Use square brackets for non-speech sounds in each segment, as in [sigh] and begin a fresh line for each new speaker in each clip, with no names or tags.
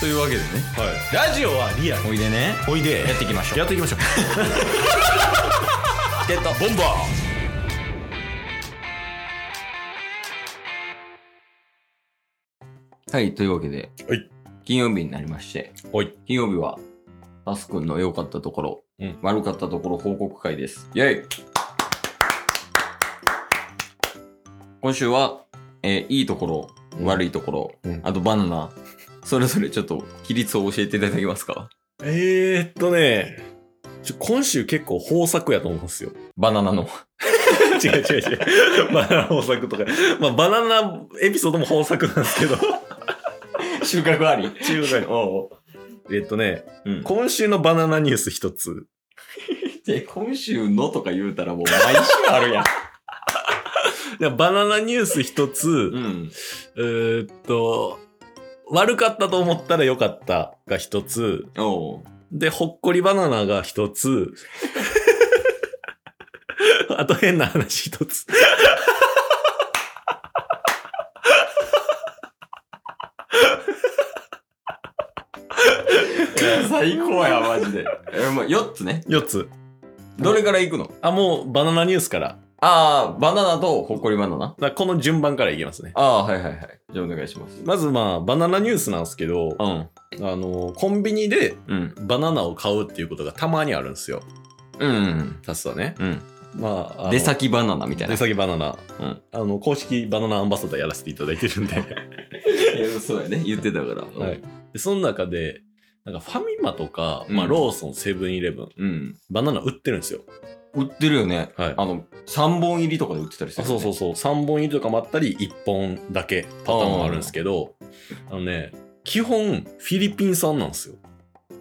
というわけでね
はい、ラジオはリアル
おいでね
おいで
やっていきましょう
やっていきましょう
ゲットボンバーはい、というわけで、
はい
金曜日になりまして、
はい
金曜日は、タスくんの良かったところ、
うん
悪かったところ報告会です。イェイ今週は、えーいいところ、
うん
悪いところ、
うん
あとバナナ、それぞれちょっと比率を教えていただけますか
えー、っとねちょ今週結構豊作やと思うんですよ [laughs]
バナナの。
違う違う違うバナナ豊作とかまあバナナエピソードも豊作なんです [laughs] けど
収穫あり
中華におうおうえっとね
うん。
今週のバナナニュース一つ
で、今週のとか言うたらもう毎週あるやん。
いやバナナニュース一
[laughs]
つ、
うん。
えーっと悪かったと思ったら良かったが一つ
おう
で、ほっこりバナナが一 [laughs] つ。あと変な話一つ。
いや [laughs] 最高や、マジで。え、もう4つね。
四つ。
どれからいくの
あ、もうバナナニュースから。だか
ああ、バナナとほっこりバナナ。
らこの順番からいきますね。
ああ、はいはいはい。じゃあお願いします。
まずまあ、バナナニュースなんですけど、あ
ん。
の、コンビニで
うん。
バナナを買うっていうことがたまにあるんですよ。
うん。
タスはね。
うん。
まああの、
出先バナナみたいな。
出先バナナ。
うん
あの、公式バナナアンバサダーやらせていただいてるんで。
[laughs] いや [laughs] そうやね。言ってたから。
はい。。で、その中で、なんかファミマとか、まあ、
うん
ローソン、セブンイレブン、
うん。
バナナ売ってるんですよ。
売ってるよね。
はい。
あの、3本入りとかで売ってたりす
あ
る、
そうそう
そ
そう3本入りとかもあったり1本だけパターンもあるんですけどあのね基本フィリピン産なんですよ
う。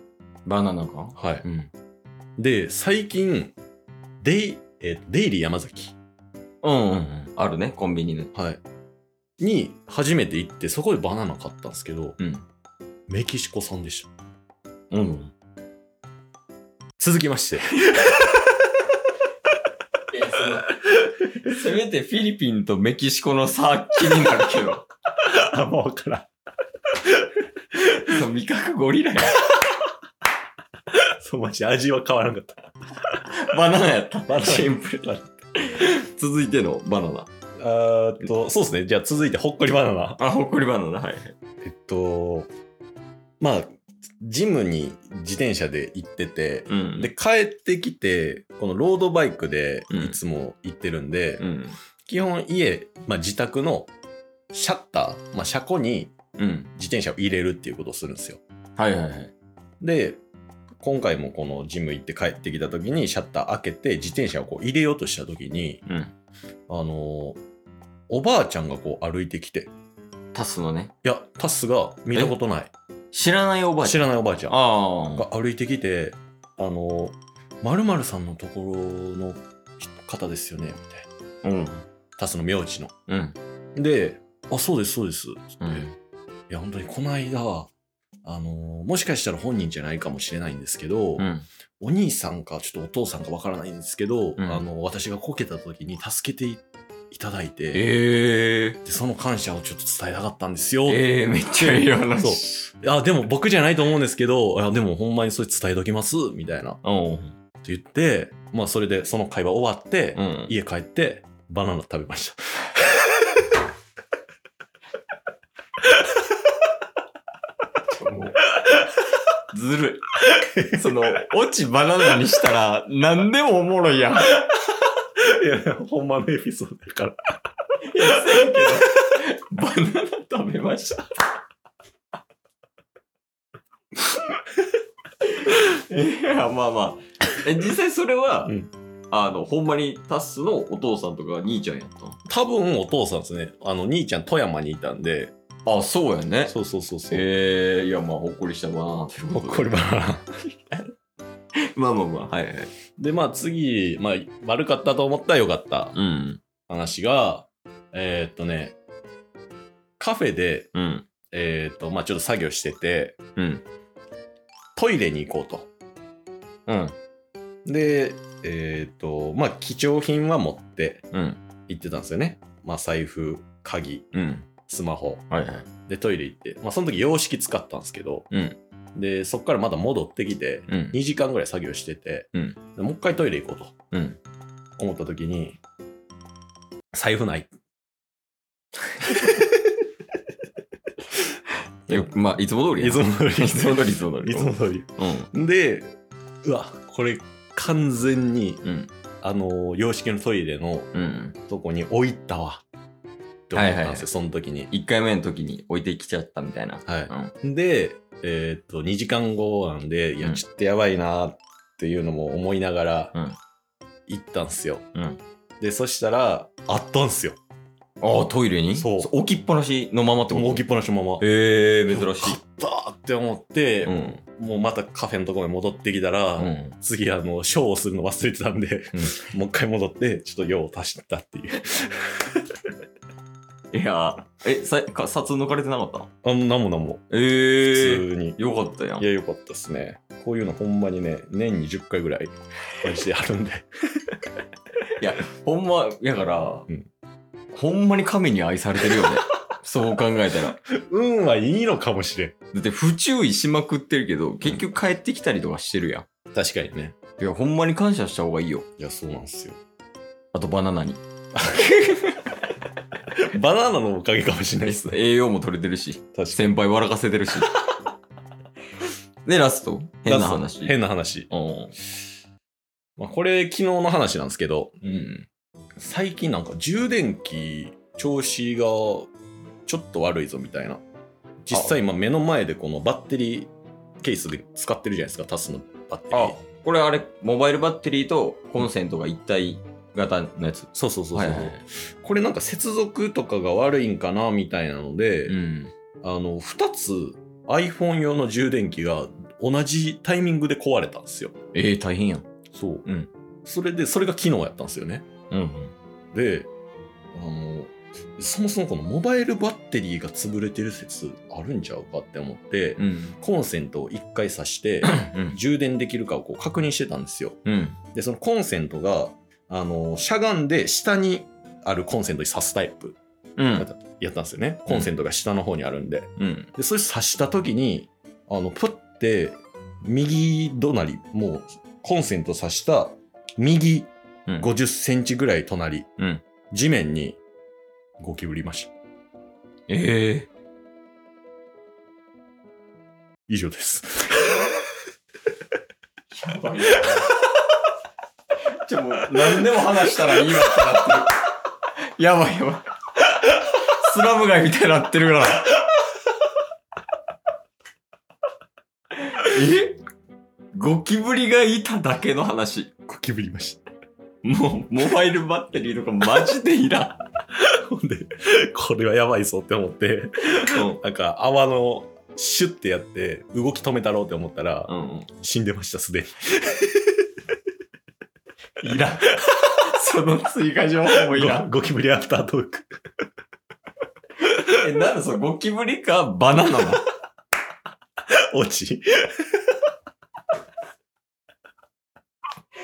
バナナか
はい
うん。
で最近デイ,、えーデイリー山崎、
うん、うん。あるね、コンビニで。
はい、に初めて行ってそこでバナナ買ったんですけど
うん。
メキシコ産でした
うん。
続きまして
いやそのせめてフィリピンとメキシコの差気になるけ
[laughs]
ど。
あ [laughs] もう分からん
その味覚ゴリラや。
そうマジ味は変わらんかった
バナナやった。
バナナ
シンプルだった。続いてのバナナ。
あーっとそうですねじゃあ続いてほっこりバナナ
あ、ほっこりバナナ。はい。
えっとまあジムに自転車で行ってて、
うん。
で、帰ってきてこのロードバイクで
うん
いつも行ってるんで、
うん。
基本家、まあ、自宅のシャッター、まあ、車庫に
うん。
自転車を入れるっていうことをするんですよ
はいはいはい。
で今回もこのジム行って帰ってきた時にシャッター開けて自転車をこう入れようとした時に
うん。
あのーおばあちゃんがこう歩いてきて
タスのね、
いやタスが見たことない
知らないおばあち
知
ゃん。
らないおばあちゃん
ああ。
が歩いてきて「あの〇〇さんのところの方ですよね」みたいな
うん。
タスの名字の。
うん。
で「あそうですそうです」つって、
うん
いや本当にこの間あのもしかしたら本人じゃないかもしれないんですけど、
うん。
お兄さんかちょっとお父さんかわからないんですけど、
うん
あの私がこけた時に助けていいただいて、
ええ。
でその感謝をちょっと伝えたかったんですよ、
ええ、めっちゃいい話。
あでも僕じゃないと思うんですけどあでもほんまにそれ伝えときますみたいな
うん。
って言って、まあ、それでその会話終わって、
うん。
家帰ってバナナ食べました
ずるい。その、落ちバナナにしたら、何でもおもろいやん。
[laughs] いやほんまのエピソードだから
バナナ食べました。 [laughs] いや、まあまあ。え、実際それは、
うん
あの、ほんまにタッスのお父さんとか兄ちゃんやったの
多分お父さんですねあの兄ちゃん富山にいたんで
あ、そうやね。
そうそうそうそう
えー、いや、まあ、ほっこりしたわ。
ほっこりバナナ
[laughs] まあまあまあ、はいはい。
でまあ次、まあ、悪かったと思ったらよかった
うん。
話がえーっとねカフェで
うん。
えーっとまあちょっと作業してて
うん。
トイレに行こうと
うん。
でえーっとまあ貴重品は持って
うん。
行ってたんですよね。まあ、財布、鍵、
うん。
スマホ。
はいはい。
で、トイレ行って、まあ、その時洋式使ったんですけど、
うん
で、そっからまだ戻ってきて、
うん。
2時間ぐらい作業してて、
うん
でもう一回トイレ行こうと
うん。
思った時に、財布ない。
いやまあ、いつも通りや
いつも通り。
いつも通り、いつも通り。
いつも通り。
うん。
で、うわ、これ完全に、
うん。
あの、洋式のトイレの
うん。
とこに置いたわ。って思
は
ったんですよ、
いはいはい
その時に。
1回目の時に置いてきちゃったみたいな。
はい。
うん。
で、えーっと、2時間後なんで、いうや、
ん
ちょっとやばいなっていうのも思いながら
うん、
行ったんすよ。
うん
で、そしたら、あったんすよ。
ああ、トイレに
そう
置きっぱなしのままってこと
もう置きっぱなしのまま。
ええ珍し
買
い
っ。たーって思って、
うん。
もうまたカフェのところに戻ってきたら、
うん。
次、あの、ショーをするの忘れてたんで、 [laughs] もう一回戻って、ちょっと用を足したっていう。
いやー、え、さ、か札抜かれてなかった
あんなんもなんも、普
ええ
通に。
よかったやん
い。や、よかったですね。こういうのほんまにね、年に10回ぐらい、マジであるんで。 [laughs]
いや、ほんま、やから、
うん
ほんまに神に愛されてるよね。 [laughs] そう考えたら。
運はいいのかもしれん。
だって不注意しまくってるけど、結局帰ってきたりとかしてるや
確かにね。
ん。いや、ほんまに感謝した方がいいよ。
いや、そうなんですよ。
あとバナナに。
バナナのおかげかもし [laughs] れないですね。
栄養も取れてるし、
確か
先輩笑かせて [laughs] るし。で、ラスト。
に。
変な話。
変な話。
うん。
まあ、これ、昨日の話なんですけど、
うん。
最近なんか充電器、調子がちょっと悪いぞみたいな。実際、今目の前でこのバッテリーケースで使ってるじゃないですか、タスのバッテリー
あ。、これあれ、モバイルバッテリーとコンセントが一体型のやつ。
そうそうそうそう、
はいはいはい
これなんか接続とかが悪いんかなみたいなので、
うん。
あの2つ iPhone 用の充電器が同じタイミングで壊れたんですよ
ええ大変やん。
そう、
うん
それでそれが機能やったんですよね
うん。
であのそもそもこのモバイルバッテリーが潰れてる説あるんちゃうかって思って、
うん。
コンセントを1回挿して
[laughs] うん。
充電できるかをこう確認してたんですよ
うん。
でそのコンセントがあのしゃがんで下にあるコンセントに挿すタイプ
うん。
やったんですよねコンセントが下の方にあるんで、
うん。
でそれ刺した時にあのプッて右隣もうコンセント刺した右
うん
5 0ンチぐらい隣、
うん
地面にゴキブリいました
え [laughs] え
以上です [laughs]
じゃもう、何でも話したらいいわってなってる。 [laughs] やばいやばい。スラム街みたいになってるから。 [laughs] えゴキブリがいただけの話。
ゴキブリいました
もう、モバイルバッテリーとかマジでいら
ほんでこれはやばいぞって思って
ん。うん。
なんか泡のシュッてやって動き止めたろうって思ったら、
うん。
死んでましたすでに
いらん。 [laughs] その追加情報もいらん。
[laughs] ゴキブリアフタートーク
え、なんだそのゴキブリかバナナなの
落ち [laughs]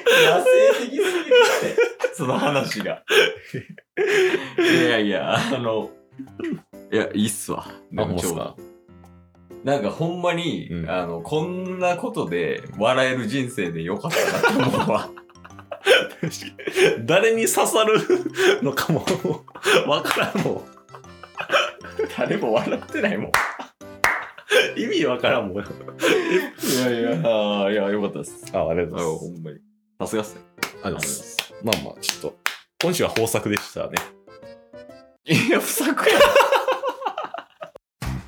野生的すぎるって、その話が。いやいや、あの、いや、いいっすわ。でも
ほんまっすか
今日はなんかほんまに、
うん
あの、こんなことで笑える人生でよかったなって思うわ。
誰に刺さるのかもわからんも
誰も笑ってないもん。
ん意味わからんもん
い
あ
やいや、あーいや、よかったっす。
ありがとう
あほんまに。さすがっすね。
ありがとうございますまあまあちょっと今週は豊作でしたね
いや、不作や。 [laughs]